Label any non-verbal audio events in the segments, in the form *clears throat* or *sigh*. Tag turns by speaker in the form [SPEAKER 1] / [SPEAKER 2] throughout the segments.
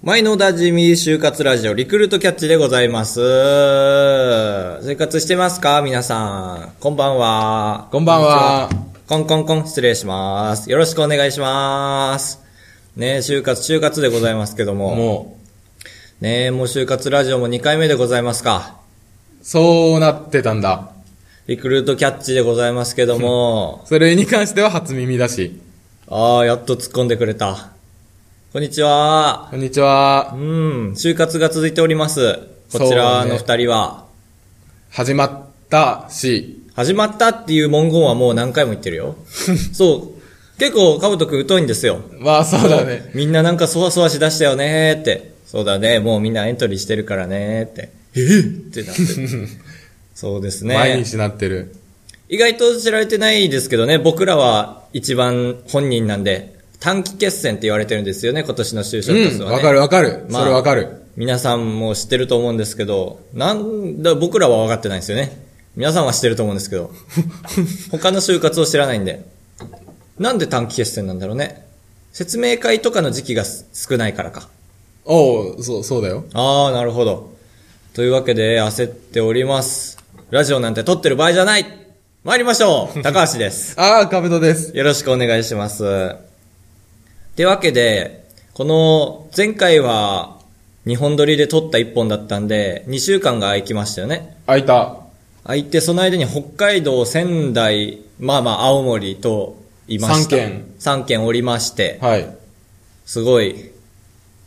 [SPEAKER 1] 毎のおなじみ就活ラジオリクルートキャッチでございます。生活してますか皆さん。こんばんは。
[SPEAKER 2] こんばんは。
[SPEAKER 1] コンコンコン、失礼します。よろしくお願いします。ね就活、就活でございますけども。
[SPEAKER 2] も
[SPEAKER 1] ねもう就活ラジオも2回目でございますか。
[SPEAKER 2] う、そうなってたんだ。
[SPEAKER 1] リクルートキャッチでございますけども。
[SPEAKER 2] それに関しては初耳だし。
[SPEAKER 1] ああ、やっと突っ込んでくれた。こんにちは。
[SPEAKER 2] こんにちは
[SPEAKER 1] う。ん、就活が続いております。こちらの二人は、
[SPEAKER 2] 始まったし、
[SPEAKER 1] 始まったっていう文言はもう何回も言ってる
[SPEAKER 2] *laughs*
[SPEAKER 1] よ。そう。結構、かぶとくん疎いんですよ。
[SPEAKER 2] まあそうだね。
[SPEAKER 1] みんななんかそわそわしだしたよねーって。そうだね、もうみんなエントリーしてるからねーって。えーってな
[SPEAKER 2] *laughs*
[SPEAKER 1] ってる。そうです
[SPEAKER 2] 毎
[SPEAKER 1] ね。
[SPEAKER 2] 日なってる。
[SPEAKER 1] 意外と知られてないですけどね、僕らは一番本人なんで、短期決戦って言われてるんですよね、今年の就職活
[SPEAKER 2] うん、
[SPEAKER 1] 動は、ね。
[SPEAKER 2] わかるわかる。
[SPEAKER 1] まあ
[SPEAKER 2] それわかる。
[SPEAKER 1] 皆さんも知ってると思うんですけど、なんだ、僕らは分かってないんですよね。皆さんは知ってると思うんですけど、他の就活を知らないんで。なんで短期決戦なんだろうね。説明会とかの時期がす少ないからか。
[SPEAKER 2] おう、そう、そうだよ。
[SPEAKER 1] ああ、なるほど。というわけで、焦っております。ラジオなんて撮ってる場合じゃない参りましょう高橋です。
[SPEAKER 2] ああ、かぶとです。
[SPEAKER 1] よろしくお願いします。てわけで、この前回は2本撮りで撮った1本だったんで、2週間が空きましたよね。
[SPEAKER 2] あいた。
[SPEAKER 1] 空いて、その間に北海道、仙台、まあまあ青森といました。
[SPEAKER 2] 三県。
[SPEAKER 1] 3県おりまして、
[SPEAKER 2] はい。
[SPEAKER 1] すごい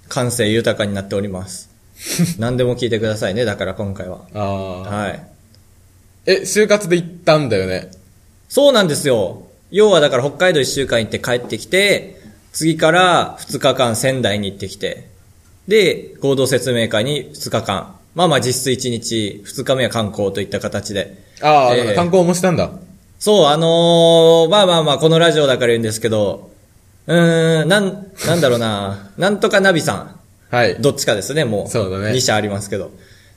[SPEAKER 1] 感性豊かになっております。何でも聞いてくださいね、だから今回は。
[SPEAKER 2] ああ。
[SPEAKER 1] はい。
[SPEAKER 2] え、就活で行ったんだよね。
[SPEAKER 1] そうなんですよ。要はだから北海道1週間行って帰ってきて、次から2日間仙台に行ってきて、で、合同説明会に2日間。まあまあ実質1日、2日目は観光といった形で。
[SPEAKER 2] ああ、
[SPEAKER 1] ええ
[SPEAKER 2] なんか観光もしたんだ。
[SPEAKER 1] そう、あのー、まあまあまあこのラジオだから言うんですけど、うーん、なん、なんだろうな、 *laughs* なんとかナビさん。
[SPEAKER 2] はい。
[SPEAKER 1] どっちかですね、もう。
[SPEAKER 2] そうだね
[SPEAKER 1] 2社ありますけど。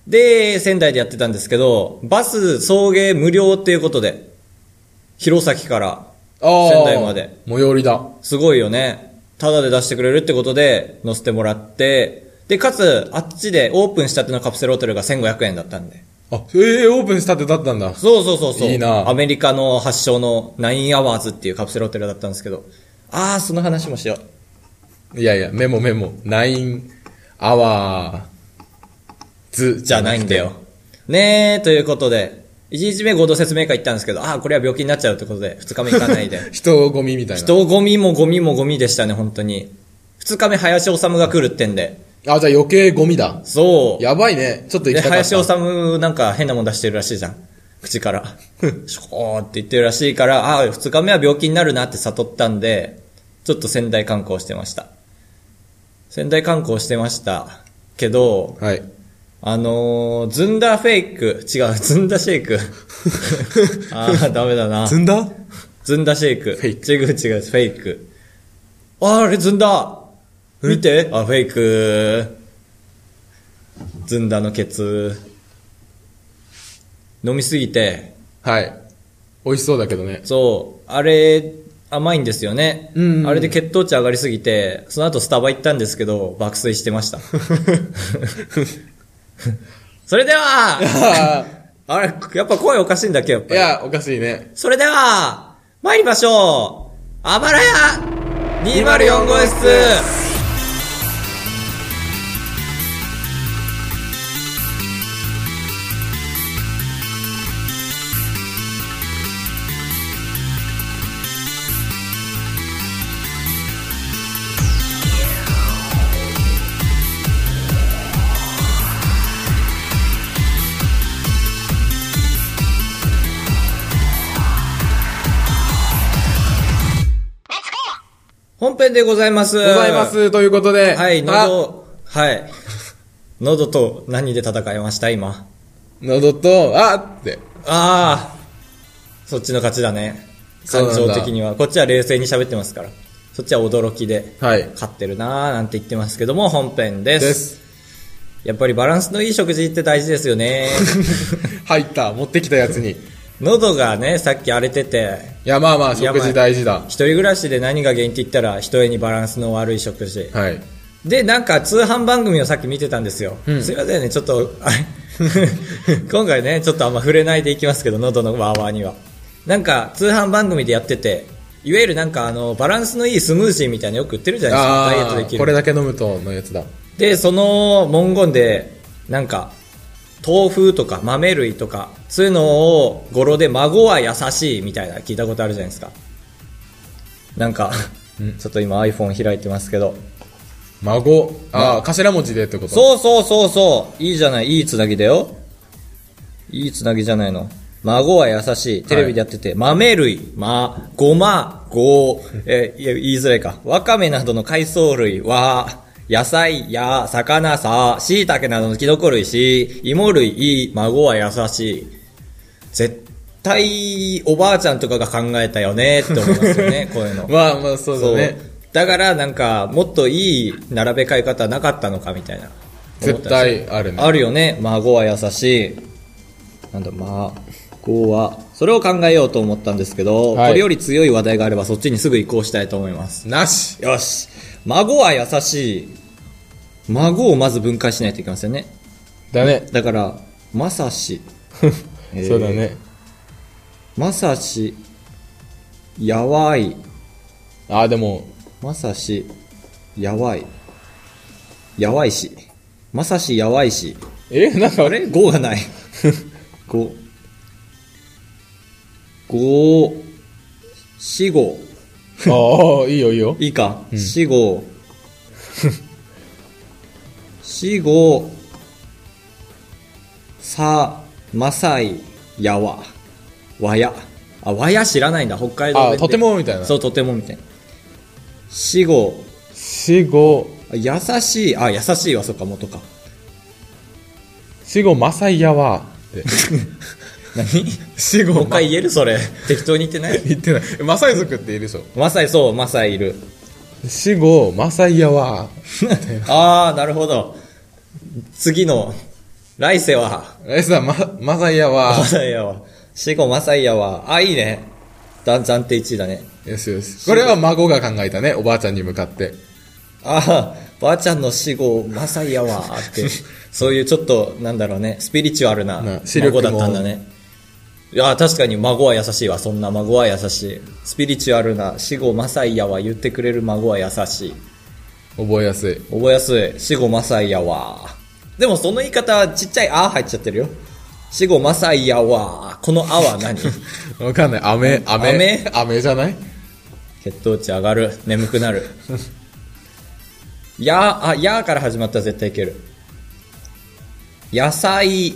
[SPEAKER 1] で、仙台でやってたんですけど、バス送迎無料っていうことで、弘前から
[SPEAKER 2] ああ。
[SPEAKER 1] 仙台まで。。
[SPEAKER 2] 最寄りだ。
[SPEAKER 1] すごいよね。タダで出してくれるってことで、乗せてもらって、で、かつ、あっちでオープンしたてのカプセルホテルが1500円だったんで。
[SPEAKER 2] あ、ええオープンしたってだったんだ。
[SPEAKER 1] そうそうそうそう。
[SPEAKER 2] いいな
[SPEAKER 1] アメリカの発祥の9アワーズっていうカプセルホテルだったんですけど。あー、その話もしよう。
[SPEAKER 2] いやいや、メモメモ。ナイン、アワー、ズ、。
[SPEAKER 1] じゃないんだよ。。ねえ、ということで、1日目合同説明会行ったんですけど、ああ、これは病気になっちゃうってことで、2日目行かないで
[SPEAKER 2] *laughs* 人ゴミみたいな。
[SPEAKER 1] 人ゴミもゴミもゴミでしたね、本当に。2日目、林修が来るってんで。
[SPEAKER 2] あ、じゃあ余計ゴミだ。
[SPEAKER 1] そう。
[SPEAKER 2] やばいね。ちょっと行
[SPEAKER 1] で、
[SPEAKER 2] きたかっ
[SPEAKER 1] 林
[SPEAKER 2] た。
[SPEAKER 1] 修なんか変なもん出してるらしいじゃん。口から。 *laughs* ショコーって言ってるらしいから、ああ、2日目は病気になるなって悟ったんで、ちょっと仙台観光してました。仙台観光してました。けど、
[SPEAKER 2] はい。
[SPEAKER 1] *laughs* あのー、ズンダーフェイク、違う、ズンダーシェイ
[SPEAKER 2] *laughs*
[SPEAKER 1] ク。ああ、ダメだな。
[SPEAKER 2] んだ
[SPEAKER 1] ズンダーシェイク。
[SPEAKER 2] フェイ
[SPEAKER 1] ク。違う違う、フェイク。あーあれ、ズンダー見てあ、フェイク。ズンダーのケツ。飲みすぎて、
[SPEAKER 2] はい。美味しそうだけどね。 *laughs*
[SPEAKER 1] そう、あれ、甘いんですよね。
[SPEAKER 2] うん
[SPEAKER 1] あれで血糖値上がりすぎて、その後スタバ行ったんですけど、爆睡してま
[SPEAKER 2] *laughs*
[SPEAKER 1] した。 *laughs* それでは
[SPEAKER 2] あ
[SPEAKER 1] あれ、やっぱ声おかしいんだっけ、やっ
[SPEAKER 2] ー
[SPEAKER 1] ぱ
[SPEAKER 2] い
[SPEAKER 1] り。
[SPEAKER 2] や、おかしいね。
[SPEAKER 1] それでは、参りましょうあばらや !204 号室本編でございます。ご
[SPEAKER 2] ございま。す。ということで。
[SPEAKER 1] はい、
[SPEAKER 2] あ
[SPEAKER 1] 喉、はい。喉と何で戦いました、今。
[SPEAKER 2] 喉と、あって。
[SPEAKER 1] ああそっちの勝ちだね。
[SPEAKER 2] そう
[SPEAKER 1] 感
[SPEAKER 2] なんだ
[SPEAKER 1] 情的には。こっちは冷静に喋ってますから。そっちは驚きで、
[SPEAKER 2] はい。
[SPEAKER 1] 勝ってるなーなんて言ってますけども、本編です。
[SPEAKER 2] です。
[SPEAKER 1] やっぱりバランスのいい食事って大事ですよ
[SPEAKER 2] *laughs*
[SPEAKER 1] ね。 *laughs*
[SPEAKER 2] 入った。持ってきたやつに。い
[SPEAKER 1] 喉がね、さっき荒れてて、
[SPEAKER 2] や、まあまあ、
[SPEAKER 1] や
[SPEAKER 2] 食
[SPEAKER 1] ばい
[SPEAKER 2] 事大事だ
[SPEAKER 1] 一。人暮らしで何が原因って言ったら、人へにバランスの悪い食事。
[SPEAKER 2] はい。
[SPEAKER 1] で、なんか通販番組をさっき見てたんですよ。
[SPEAKER 2] うん
[SPEAKER 1] すいませんね、ちょっと、 *laughs* あれ今回ね、ちょっとあんま触れないでいきますけど、喉のワーワーには。なんか通販番組でやってて、いわゆるなんかあの、バランスのいいスムージーみたいなのよく売ってるじゃないですか。
[SPEAKER 2] あ
[SPEAKER 1] ダイエットで
[SPEAKER 2] あ
[SPEAKER 1] き
[SPEAKER 2] こ
[SPEAKER 1] る
[SPEAKER 2] れ。だけ飲むとのやつだ
[SPEAKER 1] で、その文言で、なんか、豆腐とか豆類とか、そういうのを語呂で孫は優しいみたいな聞いたことあるじゃないですか。なんか、 *laughs* ちょっと今 iPhone 開いてますけど。
[SPEAKER 2] 孫ああ頭文字でってこと
[SPEAKER 1] そうそうそうそういいじゃない、いいつなぎだよ。いいつなぎじゃないの。孫は優しい。テレビでやってて、豆類、ま、ごま、ご、え、いや言いづらいか。わかめなどの海藻類は、野菜や魚さ、椎茸などのキノコ類し、芋類、いい、孫は優しい。絶対、おばあちゃんとかが考えたよねって思いますよ
[SPEAKER 2] *laughs*
[SPEAKER 1] ね、こういうの。
[SPEAKER 2] まあまあそうだね
[SPEAKER 1] だからなんかもっといい並べ替え方なかったのかみたいな
[SPEAKER 2] 絶対あるね
[SPEAKER 1] あるよね孫は優しいなんだ孫はそれを考えようと思ったんですけど、
[SPEAKER 2] はい
[SPEAKER 1] これより強い話題があればそっちにすぐ移行したいと思います
[SPEAKER 2] なし
[SPEAKER 1] よし孫は優しい孫をまず分解しないといけませんね
[SPEAKER 2] だね
[SPEAKER 1] だからまさしえー
[SPEAKER 2] そうだね
[SPEAKER 1] まさしやわい
[SPEAKER 2] ああでも
[SPEAKER 1] まさし、やばい。やばいし。まさし、やばいし。
[SPEAKER 2] えなんかあれ
[SPEAKER 1] 5がない。5。5、四五
[SPEAKER 2] ああいいよいいよ
[SPEAKER 1] いいか。四五 *laughs* 四五さ、まさい、やわ。わや。あ、わや知らないんだ。北海道弁
[SPEAKER 2] あ
[SPEAKER 1] で
[SPEAKER 2] とて。もみたいな
[SPEAKER 1] そう、とてもみたいな。四五
[SPEAKER 2] 死後
[SPEAKER 1] あ優しい、あ、優しいはそっか、元か。
[SPEAKER 2] 死後マサイヤはって
[SPEAKER 1] *laughs* 何
[SPEAKER 2] *laughs* 死
[SPEAKER 1] もう
[SPEAKER 2] 後
[SPEAKER 1] 一回言えるそれ。適当に言ってない
[SPEAKER 2] 言ってないマサイ族っているでしょ
[SPEAKER 1] マサイ、そう、マサイいる。
[SPEAKER 2] 死後マサイヤは
[SPEAKER 1] あー、なるほど。次の、来世は、
[SPEAKER 2] *laughs* えさママサイヤ
[SPEAKER 1] マ
[SPEAKER 2] は
[SPEAKER 1] サイやわ。死後マサイやわ。あ、いいね。だ暫定1位だね。
[SPEAKER 2] よしよしこれは孫が考えたねおばあちゃんに向かって
[SPEAKER 1] あー、ばあちゃんの死後、マサイやわー *laughs* って、そういうちょっと、なんだろうね、スピリチュアルな
[SPEAKER 2] な視力
[SPEAKER 1] 孫
[SPEAKER 2] も
[SPEAKER 1] だったんだね。いやー、確かに孫は優しいわ。そんな孫は優しい。スピリチュアルな死後マサイやわ言ってくれる孫は優しい。
[SPEAKER 2] 覚えやすい
[SPEAKER 1] 覚えやすい。死後マサイやわ。でもその言い方、ちっちゃいあー入っちゃってるよ。死後マサイやわ。このあは何
[SPEAKER 2] わかんない。飴、飴
[SPEAKER 1] 飴、
[SPEAKER 2] 飴じゃない
[SPEAKER 1] 血糖値上がる。眠くなる。や、あ、やーから始まったら絶対いける。野菜。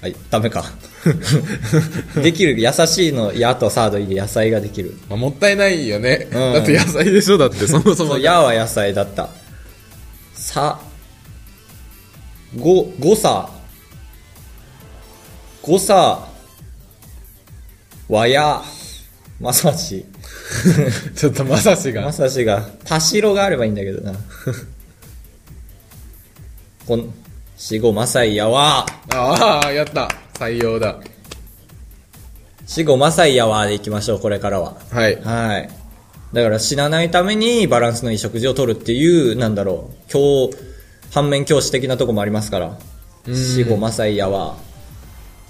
[SPEAKER 1] はい、ダメか。できる。優しいの、やとサードいいで野菜ができる。
[SPEAKER 2] まあ、もったいないよね、
[SPEAKER 1] ん
[SPEAKER 2] だって野菜でしょだって、そもそ
[SPEAKER 1] そ
[SPEAKER 2] も
[SPEAKER 1] う、。やは野菜だった。さ、ご、ごさ、ごさ、わや、まさし。
[SPEAKER 2] ちょっとまさし
[SPEAKER 1] ま
[SPEAKER 2] が。
[SPEAKER 1] さしが、たしろがあればいいんだけどな。 *laughs* こん、しごまさいやわ。
[SPEAKER 2] ああ、やった。採用だ。
[SPEAKER 1] しごまさいやわでいきましょう、これからは。
[SPEAKER 2] はい。
[SPEAKER 1] はい。だから死なないためにバランスのいい食事をとるっていう、なんだろう、教、反面教師的なとこもありますから。死後マサイヤは、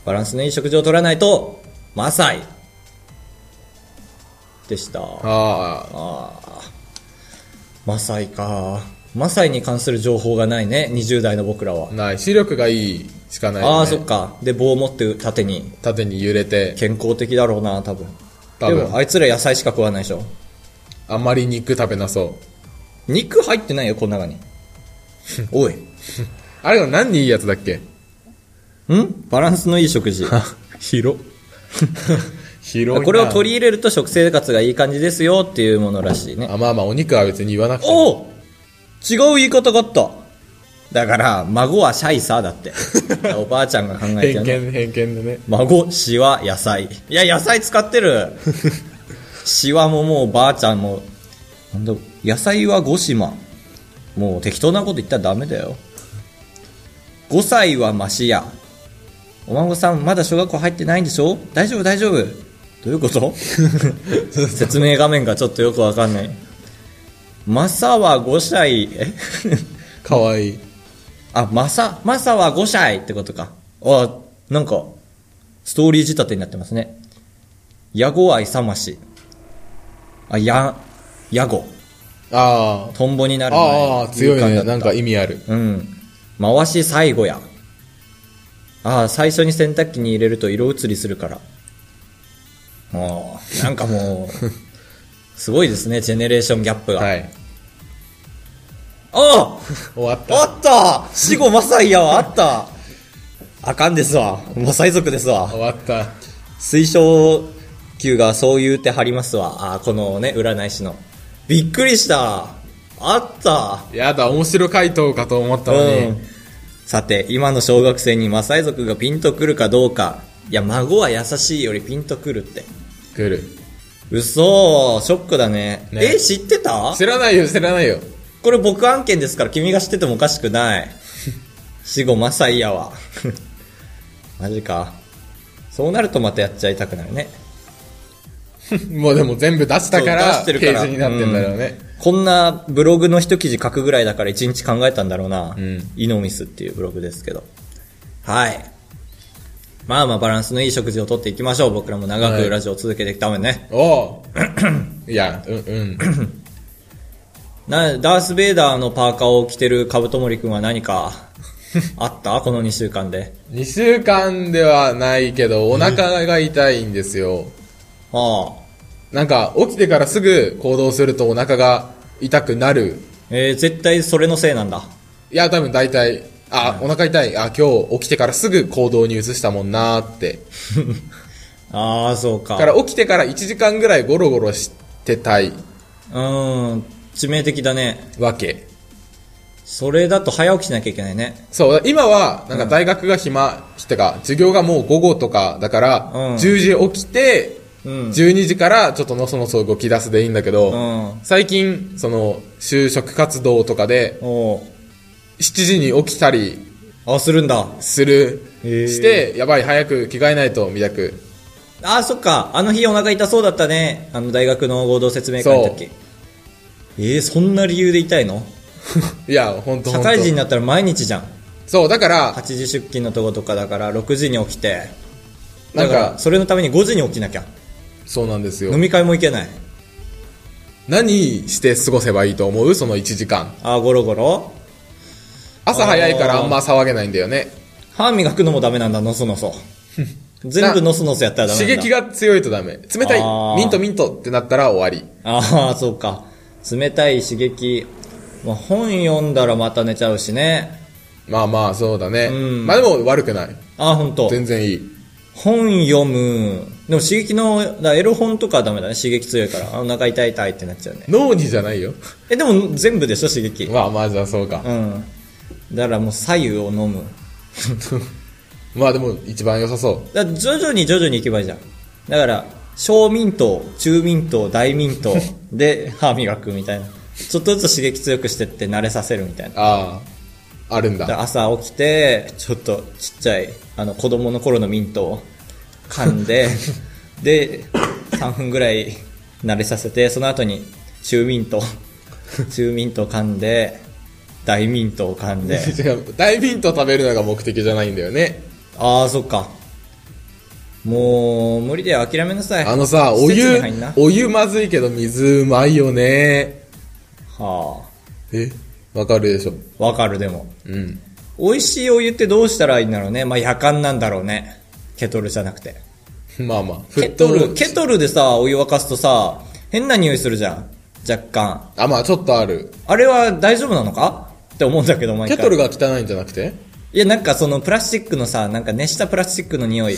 [SPEAKER 1] バランスのいい食事をとらないと、マサイでした。
[SPEAKER 2] ああ、
[SPEAKER 1] マサイか。マサイに関する情報がないね、20代の僕らは。
[SPEAKER 2] ない。視力がいいしかない、ね。
[SPEAKER 1] ああ、そっか。で、棒を持って縦に。
[SPEAKER 2] 縦に揺れて、
[SPEAKER 1] 健康的だろうな、多分。
[SPEAKER 2] 多分
[SPEAKER 1] でも、あいつら野菜しか食わないでしょ。
[SPEAKER 2] あんまり肉食べなそう。
[SPEAKER 1] 肉入ってないよ、この中 *laughs* に。おい。
[SPEAKER 2] あれが何にいいやつだっけ
[SPEAKER 1] んバランスのいい *laughs* 食事。
[SPEAKER 2] 広。 *laughs* 広いな。
[SPEAKER 1] これを取り入れると食生活がいい感じですよっていうものらしい *laughs* ね。
[SPEAKER 2] あ、まあまあ、お肉は別に言わなくても。
[SPEAKER 1] おお違う言い方があった。だから、孫はシャイさ、だ *laughs* って。おばあちゃんが考えて
[SPEAKER 2] 偏
[SPEAKER 1] る、ね。
[SPEAKER 2] 見、偏見でね。
[SPEAKER 1] 孫、しわ、野菜。いや、野菜使ってる。しわももうばあちゃんも、なんだ野菜は五島。もう適当なこと言ったらダメだよ。5歳はマシや。お孫さんまだ小学校入ってないんでしょ大丈夫大丈夫。ど *laughs* ういうこと説明画面がちょっとよくわかんない。マサは5歳、え
[SPEAKER 2] かわいい。
[SPEAKER 1] あ、マサ、マサは5歳ってことか。あ、なんか、ストーリー仕立てになってますね。ヤゴ愛さまし。あ、や、ヤゴ。
[SPEAKER 2] あ
[SPEAKER 1] トンボにな
[SPEAKER 2] あ。
[SPEAKER 1] る前
[SPEAKER 2] ああ、強い
[SPEAKER 1] 勇敢だ
[SPEAKER 2] ね。
[SPEAKER 1] った
[SPEAKER 2] なんか意味ある。
[SPEAKER 1] うん。回し最後や。ああ、最初に洗濯機に入れると色移りするから。ああ、なんかもう、
[SPEAKER 2] *laughs*
[SPEAKER 1] すごいですね、ジェネレーションギャップが。
[SPEAKER 2] はい。
[SPEAKER 1] あ
[SPEAKER 2] 終わった。
[SPEAKER 1] ああった死後マサイやわ、あったあかんですわ。マサイ族ですわ。
[SPEAKER 2] 終わった。
[SPEAKER 1] 推奨級がそう言うてはりますわ。ああ、このね、占い師の。びっくりしたあった
[SPEAKER 2] やだ、面白回答かと思ったの
[SPEAKER 1] う
[SPEAKER 2] に
[SPEAKER 1] ん。さて、今の小学生にマサイ族がピンとくるかどうか。いや、孫は優しいよりピンとくるって。
[SPEAKER 2] 来る。
[SPEAKER 1] 嘘ショックだね。
[SPEAKER 2] ね
[SPEAKER 1] え、知ってた
[SPEAKER 2] 知らないよ、知らないよ。 *laughs*
[SPEAKER 1] これ僕案件ですから君が知っててもおかしくない。死後マサイやわ。 *laughs* マジか。そうなるとまたやっちゃいたくなるね。
[SPEAKER 2] もうでも全部出したか
[SPEAKER 1] そ
[SPEAKER 2] ら、
[SPEAKER 1] う
[SPEAKER 2] ペ
[SPEAKER 1] 出してるから
[SPEAKER 2] ージになってんだろうね。
[SPEAKER 1] こんなブログの一記事書くぐらいだから一日考えたんだろうな。
[SPEAKER 2] うん
[SPEAKER 1] イノミスっていうブログですけど。はい。まあまあバランスのいい食事をとっていきましょう。僕らも長
[SPEAKER 2] はい
[SPEAKER 1] くラジオを続けていくためにね。
[SPEAKER 2] おう *clears throat* いや、うん、うん。
[SPEAKER 1] な、ダース・ベイダーのパーカーを着てるカブトモリ君は何
[SPEAKER 2] *laughs*
[SPEAKER 1] かあったこの2週間で。
[SPEAKER 2] 2週間ではないけど、お腹が痛いんですよ。
[SPEAKER 1] ああ。
[SPEAKER 2] なんか、起きてからすぐ行動するとお腹が痛くなる。
[SPEAKER 1] えー、絶対それのせいなんだ。
[SPEAKER 2] いや、多分大体、あ、お腹痛い。あ、今日起きてからすぐ行動に移したもんなーって。
[SPEAKER 1] ああ、そうか。
[SPEAKER 2] だから起きてから1時間ぐらいゴロゴロしてたいう
[SPEAKER 1] ーん、致命的だね。
[SPEAKER 2] わけ。
[SPEAKER 1] それだと早起きしなきゃいけないね。
[SPEAKER 2] そう、今は、なんか大学が暇、てか、授業がもう午後とかだから、
[SPEAKER 1] うん
[SPEAKER 2] 10時起きて、
[SPEAKER 1] うん
[SPEAKER 2] 12時からちょっとのそのそ動き出すでいいんだけど、
[SPEAKER 1] うん
[SPEAKER 2] 最近、その、就職活動とかで、
[SPEAKER 1] おう
[SPEAKER 2] 7時に起きたり
[SPEAKER 1] あ、するんだ。
[SPEAKER 2] する、
[SPEAKER 1] へー
[SPEAKER 2] して、やばい、早く着替えないと、みたく。
[SPEAKER 1] あー、そっか。あの日お腹痛そうだったね。あの大学の合同説明会の時
[SPEAKER 2] そ。
[SPEAKER 1] えー、そんな理由で痛いの
[SPEAKER 2] いや、ほんとほ
[SPEAKER 1] 社
[SPEAKER 2] んと
[SPEAKER 1] 会人になったら毎日じゃん。
[SPEAKER 2] そう、だから、
[SPEAKER 1] 8時出勤のとことかだから6時に起きて。
[SPEAKER 2] な
[SPEAKER 1] だ
[SPEAKER 2] ん
[SPEAKER 1] か、、
[SPEAKER 2] から
[SPEAKER 1] それのために5時に起きなきゃ。
[SPEAKER 2] そうなんですよ
[SPEAKER 1] 飲。み会も行けない。
[SPEAKER 2] 何して過ごせばいいと思うその1時間。
[SPEAKER 1] あー、ゴロゴロ。
[SPEAKER 2] 朝早いからあんま騒げないんだよね。
[SPEAKER 1] 歯磨くのもダメなんだ、のその
[SPEAKER 2] *laughs*
[SPEAKER 1] そ。全部のそのそやったらダメな
[SPEAKER 2] 刺
[SPEAKER 1] んだ。
[SPEAKER 2] 激が強いとダメ冷たい
[SPEAKER 1] あー
[SPEAKER 2] ミントミントってなったら終わり
[SPEAKER 1] ああ、そうか。冷たい刺激。まあ、本読んだらまた寝ちゃうしね。
[SPEAKER 2] まあまあそうだね、
[SPEAKER 1] うん
[SPEAKER 2] まあでも悪くない
[SPEAKER 1] ああ、ほんと。
[SPEAKER 2] 全然いい
[SPEAKER 1] 本読む。でも刺激の、だからエロ本とかはダメだね。刺激強いから。あお腹痛い痛いってなっちゃうね。
[SPEAKER 2] 脳にじゃないよ
[SPEAKER 1] え、でも全部でしょ、刺激。
[SPEAKER 2] まあまあじゃあそうか、
[SPEAKER 1] うん。だからもう左右を飲む。
[SPEAKER 2] まあでも一番良さそ
[SPEAKER 1] だから徐々に徐々に行けばいいじゃん。だから、小民党、中民党、大民党で歯磨くみたいな。ちょっとずつ刺激強くしてって慣れさせるみたいな
[SPEAKER 2] う。あああるんだ
[SPEAKER 1] だから朝起きて、ちょっとちっちゃい、あの、子供の頃のミントを噛ん
[SPEAKER 2] *laughs*
[SPEAKER 1] で、で、3分ぐらい慣れさせて、その後に中ミント、中ミントを噛んで、大ミントを噛んで、
[SPEAKER 2] 違う大ミント食べるのが目的じゃないんだよ
[SPEAKER 1] *laughs*
[SPEAKER 2] ね
[SPEAKER 1] あー、そっか。もう、無理だよ、諦めなさい。
[SPEAKER 2] あのさお
[SPEAKER 1] 施設
[SPEAKER 2] 湯
[SPEAKER 1] に入んな
[SPEAKER 2] お湯まずいけど水うまいよね
[SPEAKER 1] は
[SPEAKER 2] えわかるでしょ
[SPEAKER 1] あ、わかる、でも。
[SPEAKER 2] うん
[SPEAKER 1] 美味しいお湯ってどうしたらいいんだろうね。まあ、夜間なんだろうね。ケトルじゃなくて。
[SPEAKER 2] まあまあ
[SPEAKER 1] ケト
[SPEAKER 2] 沸
[SPEAKER 1] ル、
[SPEAKER 2] 騰
[SPEAKER 1] ケトルでさ、お湯沸かすとさ、変な匂いするじゃん。若干。
[SPEAKER 2] あまあちょっとある
[SPEAKER 1] あれは大丈夫なのかって思うんだけど、毎
[SPEAKER 2] ケ
[SPEAKER 1] 回。
[SPEAKER 2] トルが汚いんじゃなくて
[SPEAKER 1] いや、なんかそのプラスチックのさ、なんか熱したプラスチックの匂い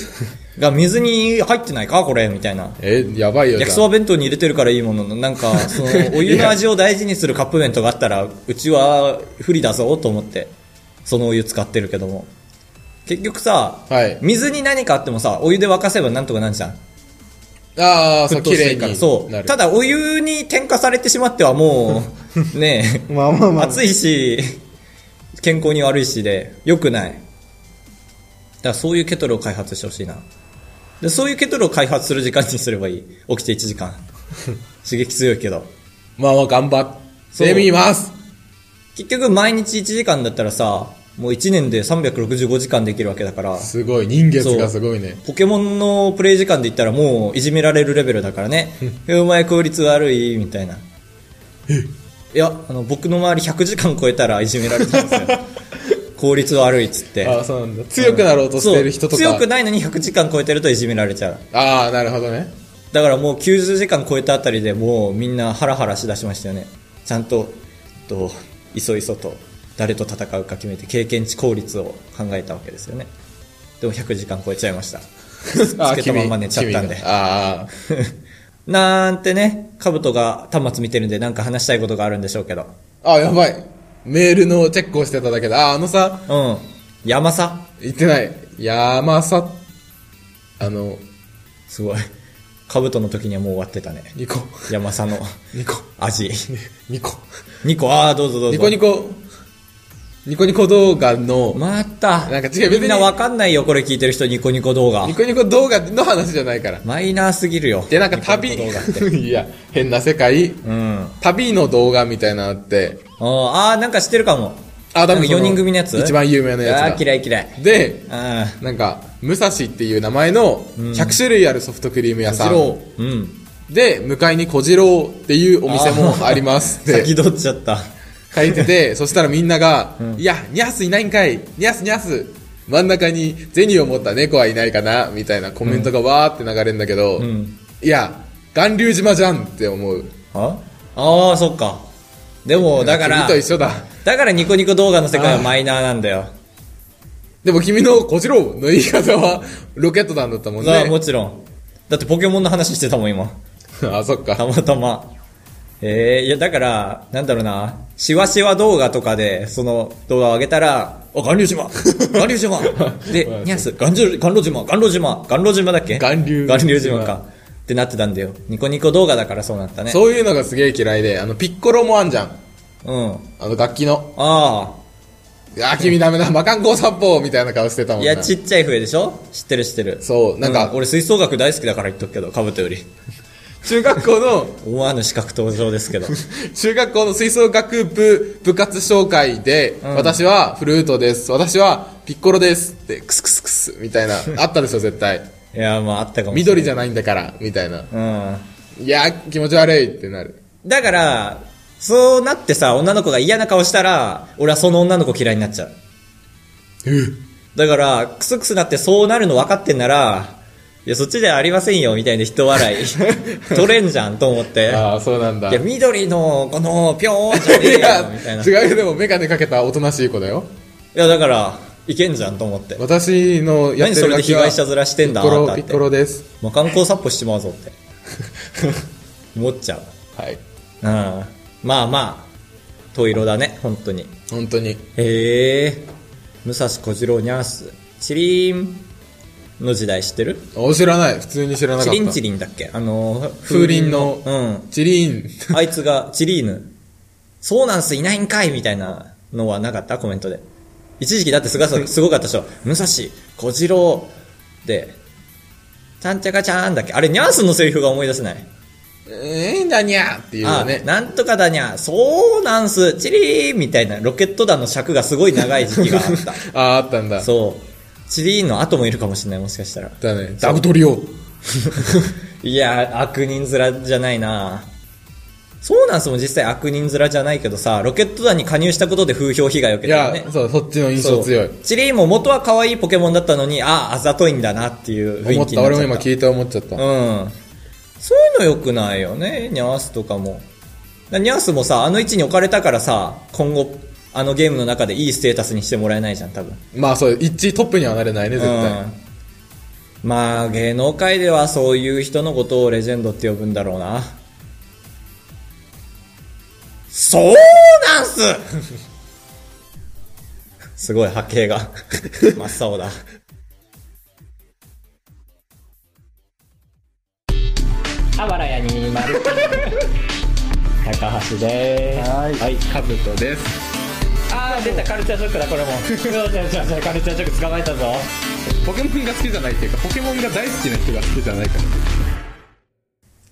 [SPEAKER 1] が水に入ってないかこれ、みたいな。
[SPEAKER 2] えやばいよじゃ
[SPEAKER 1] 焼
[SPEAKER 2] あ
[SPEAKER 1] きそば弁当に入れてるからいいものの、なんか、その、お湯の味を大事にするカップ麺とかあったら、うちは不利だぞと思って、そのお湯使ってるけども。結局さ、
[SPEAKER 2] はい
[SPEAKER 1] 水に何かあってもさ、お湯で沸かせばなんとかなんじゃん。
[SPEAKER 2] ああそ
[SPEAKER 1] 沸騰
[SPEAKER 2] う綺
[SPEAKER 1] して
[SPEAKER 2] 麗
[SPEAKER 1] るから
[SPEAKER 2] に
[SPEAKER 1] そう
[SPEAKER 2] なる
[SPEAKER 1] ただお湯に添加されてしまってはも
[SPEAKER 2] *laughs*
[SPEAKER 1] うねえ
[SPEAKER 2] まあまあまあ
[SPEAKER 1] 暑いし健康に悪いしで良くないだからそういうケトルを開発してほしいなでそういうケトルを開発する時間にすればいい起きて1時間刺激強いけど
[SPEAKER 2] まあまあ頑張っ
[SPEAKER 1] そう
[SPEAKER 2] セミます
[SPEAKER 1] 結局毎日1時間だったらさ、もう1年で365時間できるわけだから、
[SPEAKER 2] すごい、人月がすごいね。
[SPEAKER 1] ポケモンのプレイ時間で言ったらもういじめられるレベルだからね。えお前効率悪いみたいな。いや、あの、僕の周り100時間超えたらいじめられたん
[SPEAKER 2] *laughs*
[SPEAKER 1] ですよ。効率悪いっつって。
[SPEAKER 2] ああ、そうなんだ。強くなろうとしてる人とか。
[SPEAKER 1] そう強くないのに100時間超えてるといじめられちゃう。
[SPEAKER 2] ああ、なるほどね。
[SPEAKER 1] だからもう90時間超えたあたりでもうみんなハラハラしだしましたよね。ちゃんと、えっと、いそいそと誰と戦うか決めて経験値効率を考えたわけですよね。でも100時間超えちゃいました。つ
[SPEAKER 2] *laughs* ああ、
[SPEAKER 1] けたまんま寝ちゃったんで
[SPEAKER 2] 君。君ああ、
[SPEAKER 1] *laughs* なんてね、カブトが端末見てるんでなんか話したいことがあるんでしょうけど。
[SPEAKER 2] ああ、やばい。メールのチェックをしてただけだ。ああ、あのさ、
[SPEAKER 1] うん。山さ
[SPEAKER 2] 言ってない。山さ、あの、
[SPEAKER 1] すごい。カブトの時にはもう終わってたね。
[SPEAKER 2] ニコ、
[SPEAKER 1] 山さの
[SPEAKER 2] ニコ、 *laughs*
[SPEAKER 1] 味。
[SPEAKER 2] ニコ、
[SPEAKER 1] ニコ、ああ、どうぞどうぞ。
[SPEAKER 2] ニコニコ、ニコニコ動画の、
[SPEAKER 1] また。
[SPEAKER 2] なんか違う別に
[SPEAKER 1] みんなわかんないよ、これ聞いてる人、ニコニコ動画
[SPEAKER 2] ニ。コニコ動画の話じゃないから。
[SPEAKER 1] マイナーすぎるよ。
[SPEAKER 2] で、なんか旅、
[SPEAKER 1] ニコニコ動画
[SPEAKER 2] *laughs* いや、変な世界、
[SPEAKER 1] うん。
[SPEAKER 2] 旅の動画みたいなのあって、
[SPEAKER 1] あーあー、なんか知ってるかも。
[SPEAKER 2] あ、多
[SPEAKER 1] なん
[SPEAKER 2] 分
[SPEAKER 1] か
[SPEAKER 2] そ
[SPEAKER 1] 4
[SPEAKER 2] の
[SPEAKER 1] 人組のやつ
[SPEAKER 2] 一番有名なやつだ。
[SPEAKER 1] ああー、嫌い嫌い。
[SPEAKER 2] で、
[SPEAKER 1] ああ。
[SPEAKER 2] なんか、武蔵っていう名前の100種類あるソフトクリーム屋さん。
[SPEAKER 1] うん。
[SPEAKER 2] で、向かいに小次郎っていうお店もあ
[SPEAKER 1] *laughs*
[SPEAKER 2] りますって
[SPEAKER 1] 先取っちゃった。
[SPEAKER 2] 書い
[SPEAKER 1] *laughs*
[SPEAKER 2] てて、そしたらみんなが、いや、ニャスいないんかいニャスニャス真ん中に銭を持った猫はいないかなみたいなコメントがわーって流れるんだけど、
[SPEAKER 1] ん
[SPEAKER 2] いや、巌流島じゃんって思う。
[SPEAKER 1] ああー、そっか。でも、だから、
[SPEAKER 2] 君と一緒だ。
[SPEAKER 1] だからニコニコ動画の世界はマイナーなんだよ。
[SPEAKER 2] でも君の小次郎の言い方はロケット弾だったもん
[SPEAKER 1] ああ、
[SPEAKER 2] ね。
[SPEAKER 1] もちろん。だってポケモンの話してたもん、今。 *laughs*
[SPEAKER 2] あ、そっか。
[SPEAKER 1] たまたま。えー、いや、だから、なんだろうな、しわしわ動画とかで、その動画を上げたら、あ、巌流 *laughs* 島巌流島 *laughs* で、ニャス、巌流、巌流島巌流島巌流島だっけ
[SPEAKER 2] 巌流島
[SPEAKER 1] 巌流島か。ってなってたんだよ。ニコニコ動画だからそうなったね。
[SPEAKER 2] そういうのがすげえ嫌いで、あの、ピッコロもあんじゃん。
[SPEAKER 1] うん。
[SPEAKER 2] あの、楽器の。
[SPEAKER 1] あ
[SPEAKER 2] あー、君ダメだ、魔漢光殺法みたいな顔してたも
[SPEAKER 1] あ。
[SPEAKER 2] ん
[SPEAKER 1] い
[SPEAKER 2] な。
[SPEAKER 1] や、ちっちゃい笛でしょ知ってる知ってる。
[SPEAKER 2] そうなんか
[SPEAKER 1] う俺吹奏楽大好きだから言っとくけど、カブトより。
[SPEAKER 2] 中学校の、
[SPEAKER 1] 思わぬ資格登場
[SPEAKER 2] *laughs*
[SPEAKER 1] ですけど。
[SPEAKER 2] 中学校の吹奏楽部部活紹介で、私はフルートです、私はピッコロですって、クスクスクスみたいな、 *laughs* あったでしょ、絶対。
[SPEAKER 1] いや、まああったかもしれない。
[SPEAKER 2] 緑じゃないんだから、みたいな。
[SPEAKER 1] うん。
[SPEAKER 2] いやー、気持ち悪いってなる。
[SPEAKER 1] だから、そうなってさ、女の子が嫌な顔したら、俺はその女の子嫌いになっちゃう。だから、クスクスなってそうなるの分かってんなら、いや、そっちではありませんよ、みたいな人
[SPEAKER 2] *laughs*
[SPEAKER 1] 笑い。取れんじゃん、と思って。
[SPEAKER 2] ああ、そうなんだ。
[SPEAKER 1] いや、
[SPEAKER 2] い
[SPEAKER 1] 緑の、この、ぴょーんじゃねえよ、み
[SPEAKER 2] *laughs*
[SPEAKER 1] たいな。い
[SPEAKER 2] や、違うよ、でもメガネかけたおとなしい子だよ。
[SPEAKER 1] や、だから、いけんじゃん、と思って。
[SPEAKER 2] 私のや
[SPEAKER 1] 何
[SPEAKER 2] って
[SPEAKER 1] そ
[SPEAKER 2] る
[SPEAKER 1] れで
[SPEAKER 2] 楽器
[SPEAKER 1] 被
[SPEAKER 2] は
[SPEAKER 1] 害者面してんだ、
[SPEAKER 2] ピッ
[SPEAKER 1] あん
[SPEAKER 2] コ
[SPEAKER 1] たっ
[SPEAKER 2] ロ、
[SPEAKER 1] て
[SPEAKER 2] ピッコロです。
[SPEAKER 1] まあ、観光殺歩してまうぞって。思っちゃう。
[SPEAKER 2] はい。
[SPEAKER 1] うん。まあまあ、ト色だね、本当に。
[SPEAKER 2] 本当に。
[SPEAKER 1] へえ武蔵小次郎ニャースチリーンの時代知ってる
[SPEAKER 2] お、知らない。普通に知らなかっ
[SPEAKER 1] チ
[SPEAKER 2] た。
[SPEAKER 1] リンチリンだっけあのー
[SPEAKER 2] 風鈴の
[SPEAKER 1] うん
[SPEAKER 2] チリー
[SPEAKER 1] *laughs*
[SPEAKER 2] ン。
[SPEAKER 1] あいつがチリーヌそうなんすいないんかいみたいなのはなかったコメントで一時期だってすごさすごかったでしょ武蔵小次郎でちゃんちゃかちゃーんだっけあれニャースのセリフが思い出せない
[SPEAKER 2] えー、なにゃーっていう
[SPEAKER 1] あ
[SPEAKER 2] のね。
[SPEAKER 1] なんとかだにゃそうなんすチリーンみたいなロケット弾の尺がすごい長い時期があった
[SPEAKER 2] ああー、あったん *laughs* だ。
[SPEAKER 1] そう。チリーンの後もいるかもしれない、もしかしたら。
[SPEAKER 2] だね。ダブトリオ。
[SPEAKER 1] いや、悪人面じゃないなそうなんすもん、実際悪人面じゃないけどさ、ロケット団に加入したことで風評被害を受
[SPEAKER 2] い
[SPEAKER 1] けたよ
[SPEAKER 2] や
[SPEAKER 1] ね、。
[SPEAKER 2] そう、そっちの印象強い
[SPEAKER 1] そ。うチリーンも元は可愛いポケモンだったのに、ああ、あざといんだなっていう雰囲
[SPEAKER 2] 思っ
[SPEAKER 1] 気に
[SPEAKER 2] た。
[SPEAKER 1] なっ
[SPEAKER 2] 俺
[SPEAKER 1] ちゃ
[SPEAKER 2] も
[SPEAKER 1] った。
[SPEAKER 2] 今聞いて思っちゃった。
[SPEAKER 1] うん。そういうの良くないよね、ニャースとかも。だニャースもさ、あの位置に置かれたからさ、今後、あのゲームの中でいいステータスにしてもらえないじゃん、多分。
[SPEAKER 2] まあそう、一位トップにはなれないね、絶対。
[SPEAKER 1] うん、まあ芸能界ではそういう人のことをレジェンドって呼ぶんだろうなそうなんす *laughs* すごい波形が *laughs* 真っ青だあわらやにまる高橋でーす
[SPEAKER 2] はい。はい、カブトです。
[SPEAKER 1] あー出たカルチャーショックだこ *laughs* れもよしよしよしカルチャーショック捕まえたぞ
[SPEAKER 2] ポケモンが好きじゃないっていうか、ポケモンが大好きな人が好きじゃないから。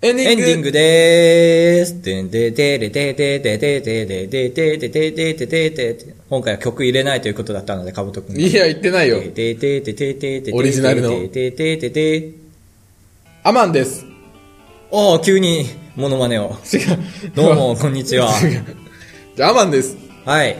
[SPEAKER 2] エンディ
[SPEAKER 1] エン
[SPEAKER 2] ング
[SPEAKER 1] ディングでーす。てんててれててててててててててててててて今回は曲入れないということだったので、かぶとくん。
[SPEAKER 2] いや、言ってないよ。
[SPEAKER 1] ててててててて
[SPEAKER 2] オリジナルの
[SPEAKER 1] ててててて。
[SPEAKER 2] アマンです。
[SPEAKER 1] おー、急に、モノマネを。
[SPEAKER 2] 違う。
[SPEAKER 1] どうも、こんにちは。
[SPEAKER 2] *laughs* 違う。じゃあ、アマンです。
[SPEAKER 1] はい。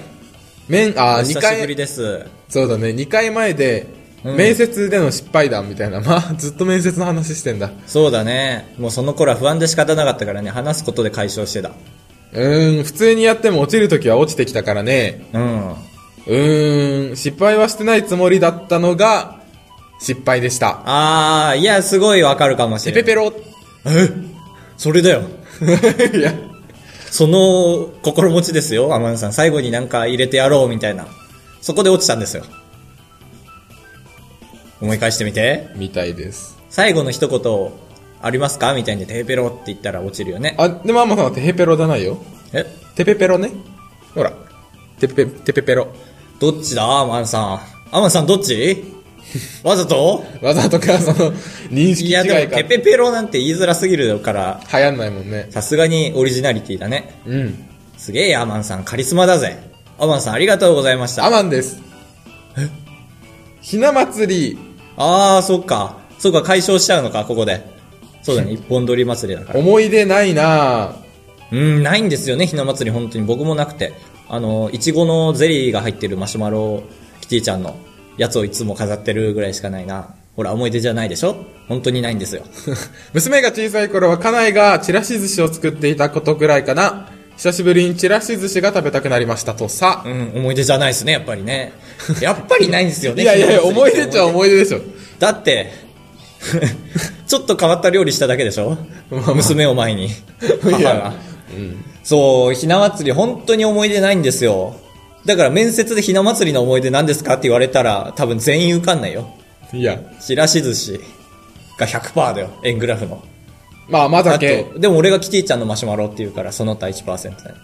[SPEAKER 2] 面、
[SPEAKER 1] お
[SPEAKER 2] あー、2
[SPEAKER 1] 久しぶり
[SPEAKER 2] 回、
[SPEAKER 1] です。
[SPEAKER 2] そうだね、2回前で、
[SPEAKER 1] うん
[SPEAKER 2] 面接での失敗談みたいな。 *laughs* まあ、ずっと面接の話してんだ。
[SPEAKER 1] そうだね。もうその頃は不安で仕方なかったからね、話すことで解消してた。
[SPEAKER 2] うーん、普通にやっても落ちるときは落ちてきたからね。
[SPEAKER 1] うん。
[SPEAKER 2] うーん、失敗はしてないつもりだったのが、失敗でした。
[SPEAKER 1] あー、いや、すごいわかるかもし
[SPEAKER 2] テ
[SPEAKER 1] れ
[SPEAKER 2] ペ
[SPEAKER 1] ない。
[SPEAKER 2] ペロ
[SPEAKER 1] えそれだよ。
[SPEAKER 2] *laughs* いや、
[SPEAKER 1] その心持ちですよ、アマンさん。最後になんか入れてやろうみたいな。そこで落ちたんですよ。思い返してみて。
[SPEAKER 2] みたいです。
[SPEAKER 1] 最後の一言、ありますかみたいに、テーペロって言ったら落ちるよね。
[SPEAKER 2] あ、でもアマさんはテヘペロじゃないよ。
[SPEAKER 1] え
[SPEAKER 2] テペペロね。ほら。テペペ、テペペロ。
[SPEAKER 1] どっちだアマンさん。アマンさんどっち *laughs* わざ
[SPEAKER 2] *laughs*
[SPEAKER 1] と
[SPEAKER 2] わざとか、その、認識
[SPEAKER 1] い
[SPEAKER 2] 違い
[SPEAKER 1] や、
[SPEAKER 2] か。
[SPEAKER 1] でも、テペペロなんて言いづらすぎるから、
[SPEAKER 2] 流行んないもんね。
[SPEAKER 1] さすがにオリジナリティだね。
[SPEAKER 2] うん。
[SPEAKER 1] すげえ、アマンさん、カリスマだぜ。アマンさん、ありがとうございました。
[SPEAKER 2] アマンです。ひな祭り、
[SPEAKER 1] あー、そっか。そっか、解消しちゃうのか、ここで。そう
[SPEAKER 2] *laughs*
[SPEAKER 1] だね、一本取り祭りだから。
[SPEAKER 2] 思い出ないな *laughs* ぁ。
[SPEAKER 1] うん、ないんですよね、ひな祭り、本当に。僕もなくて。あの、いちごのゼリーが入ってるマシュマロ、キティちゃんのやつをいつも飾ってるぐらいしかないな。ほら、思い出じゃないでしょ本当にないんですよ。
[SPEAKER 2] 娘が小さい頃は家内がちらし寿司を作っていたことぐらいかな。久しぶりにちらし寿司が食べたくなりましたとさ。
[SPEAKER 1] うん、思い出じゃないですね、やっぱり
[SPEAKER 2] *laughs*
[SPEAKER 1] ね。やっぱりないんですよ
[SPEAKER 2] い
[SPEAKER 1] ね。
[SPEAKER 2] やいやいや、
[SPEAKER 1] ひな
[SPEAKER 2] 思
[SPEAKER 1] 祭
[SPEAKER 2] い
[SPEAKER 1] り
[SPEAKER 2] 出っちゃ思い出でしょ。
[SPEAKER 1] だって、 *laughs* ちょっと変わった料理しただけでしょ娘を前に。母
[SPEAKER 2] *laughs* い
[SPEAKER 1] が
[SPEAKER 2] や。うん。
[SPEAKER 1] そう、ひな祭り本当に思い出ないんですよ。だから面接でひな祭りの思い出何ですかって言われたら多分全員受かんないよ。
[SPEAKER 2] いや。
[SPEAKER 1] ちらし寿司が100%だよ。円グラフの。
[SPEAKER 2] まあ、甘
[SPEAKER 1] あ
[SPEAKER 2] 酒。
[SPEAKER 1] と、でも俺がキティちゃんのマシュマロって言うからその他1%だよ。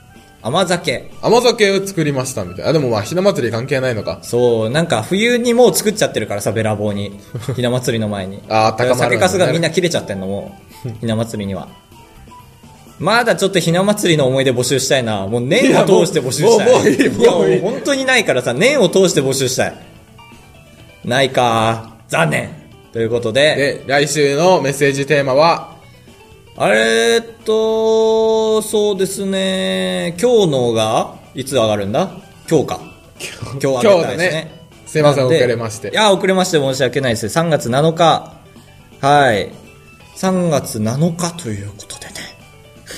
[SPEAKER 1] 甘酒。
[SPEAKER 2] 甘酒を作りましたみたいな。あ、でもまあ、ひな祭り関係ないのか。。
[SPEAKER 1] そう、なんか冬にもう作っちゃってるからさ、べらぼうに。ひな祭りの前に
[SPEAKER 2] あー高まる
[SPEAKER 1] 酒かすがみんな切れちゃってんの、もう。ひな祭りには。まだちょっとひな祭りの思い出募集したいな。もう年を通して募集したい。
[SPEAKER 2] いやもうもう
[SPEAKER 1] や
[SPEAKER 2] いいもういい
[SPEAKER 1] もう本当にないからさ、年を通して募集したい。ないか残念。ということで、
[SPEAKER 2] で、来週のメッセージテーマは、
[SPEAKER 1] あれーっと、そうですね、今日のが、いつ上がるんだ今日か。今日上げ
[SPEAKER 2] 今日
[SPEAKER 1] た
[SPEAKER 2] だ
[SPEAKER 1] いです
[SPEAKER 2] ね
[SPEAKER 1] ね。。
[SPEAKER 2] すいませ
[SPEAKER 1] な
[SPEAKER 2] ん、
[SPEAKER 1] ん
[SPEAKER 2] 遅
[SPEAKER 1] で
[SPEAKER 2] れまし
[SPEAKER 1] い
[SPEAKER 2] て。
[SPEAKER 1] や、遅れまして申し訳ないです。3月7日。はい。3月7日ということでね。 *laughs*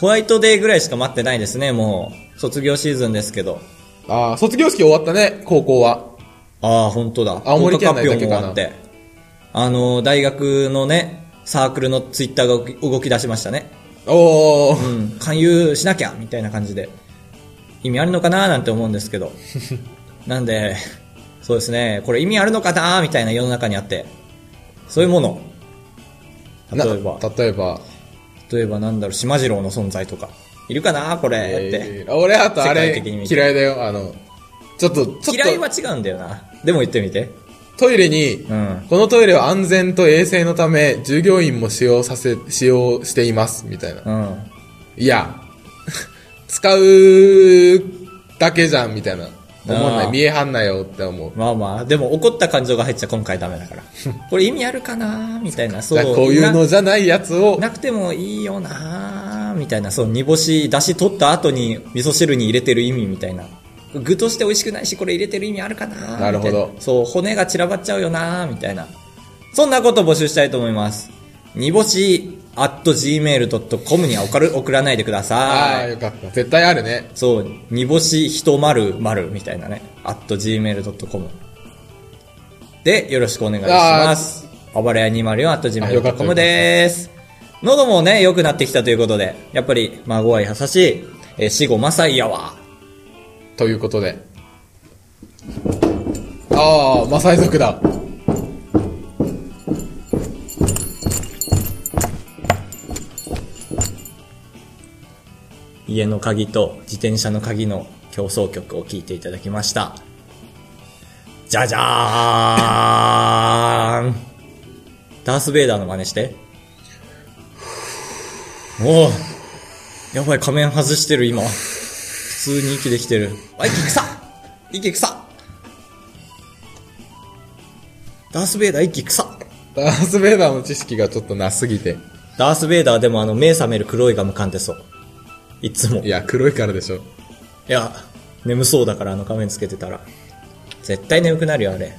[SPEAKER 1] ホワイトデーぐらいしか待ってないですね、もう。卒業シーズンですけど。
[SPEAKER 2] ああ、卒業式終わったね、高校は。
[SPEAKER 1] ああ、本当だ。
[SPEAKER 2] 青森県内
[SPEAKER 1] 合格
[SPEAKER 2] だ
[SPEAKER 1] 発表
[SPEAKER 2] けか
[SPEAKER 1] も
[SPEAKER 2] な
[SPEAKER 1] 終わって。あの、大学のね、サークルのツイッターが動き動き出しましたね。
[SPEAKER 2] お
[SPEAKER 1] う
[SPEAKER 2] ー、
[SPEAKER 1] ん、勧誘しなきゃみたいな感じで、意味あるのかななんて思うんですけ
[SPEAKER 2] *laughs*
[SPEAKER 1] ど。なんで、そうですね、これ意味あるのかなみたいな世の中にあって、そういうもの。
[SPEAKER 2] な
[SPEAKER 1] 例えば、
[SPEAKER 2] 例えば。
[SPEAKER 1] 例えばなんだろう、島次郎の存在とか、いるかなこれ、って。
[SPEAKER 2] えー俺、あとあ
[SPEAKER 1] 世
[SPEAKER 2] れ、
[SPEAKER 1] 界的に見て
[SPEAKER 2] 嫌いだよ。あの、ちょっと、ち
[SPEAKER 1] 嫌い
[SPEAKER 2] ょっ
[SPEAKER 1] は違うんだよな。でも言ってみて。
[SPEAKER 2] と、トイレに
[SPEAKER 1] う、ん。
[SPEAKER 2] このトイレは安全と衛生のため、従業員も使用させ、使用しています、みたいな。
[SPEAKER 1] うん。
[SPEAKER 2] いや、 *laughs* 使うだけじゃん、みたいな。思んな
[SPEAKER 1] あー
[SPEAKER 2] い。見えはんなよって思う。
[SPEAKER 1] まあまあ、でも怒った感情が入っちゃ今回ダメだ
[SPEAKER 2] *laughs*
[SPEAKER 1] から。これ意味あるかなみたいな、そ
[SPEAKER 2] じゃあ
[SPEAKER 1] う。
[SPEAKER 2] こういうのじゃないやつを、
[SPEAKER 1] なくてもいいよなーみたいな、そう、煮干し、出汁取った後に味噌汁に入れてる意味みたいな。具として美味しくないし、これ入れてる意味あるかなー
[SPEAKER 2] なるほど
[SPEAKER 1] みたいなそう、骨が散らばっちゃうよなーみたいな。そんなこと募集したいと思います。煮干し、at gmail.com には送る送らないでくだ
[SPEAKER 2] ああ、
[SPEAKER 1] さい。
[SPEAKER 2] よかった。絶対あるね。
[SPEAKER 1] そう、煮干し1丸丸みたいなね。at gmail.com。で、よろしくお願いします。暴れ屋204 at
[SPEAKER 2] あよかった
[SPEAKER 1] gmail.com です。喉もね、良くなってきたということで、やっぱり孫は優しい、えー死後マサイやわ。
[SPEAKER 2] ということで。ああ、マサイ族だ。
[SPEAKER 1] 家の鍵と自転車の鍵の競争曲を聴いていただきました。じゃじゃーんダース・ベイダーの真似して。おおやばい、仮面外してる、今。普通に息できてる。あ、息臭っ息臭っダース・ベイダー息臭っ
[SPEAKER 2] ダース・ベイダーの知識がちょっとなすぎて。
[SPEAKER 1] ダース・ベイダーでもあの、目覚める黒いガム噛んでそう。いつも。
[SPEAKER 2] い
[SPEAKER 1] い
[SPEAKER 2] や、黒いからでしょ。
[SPEAKER 1] や、眠そうだからあの仮面つけてたら。絶対眠くなるよ、あれ。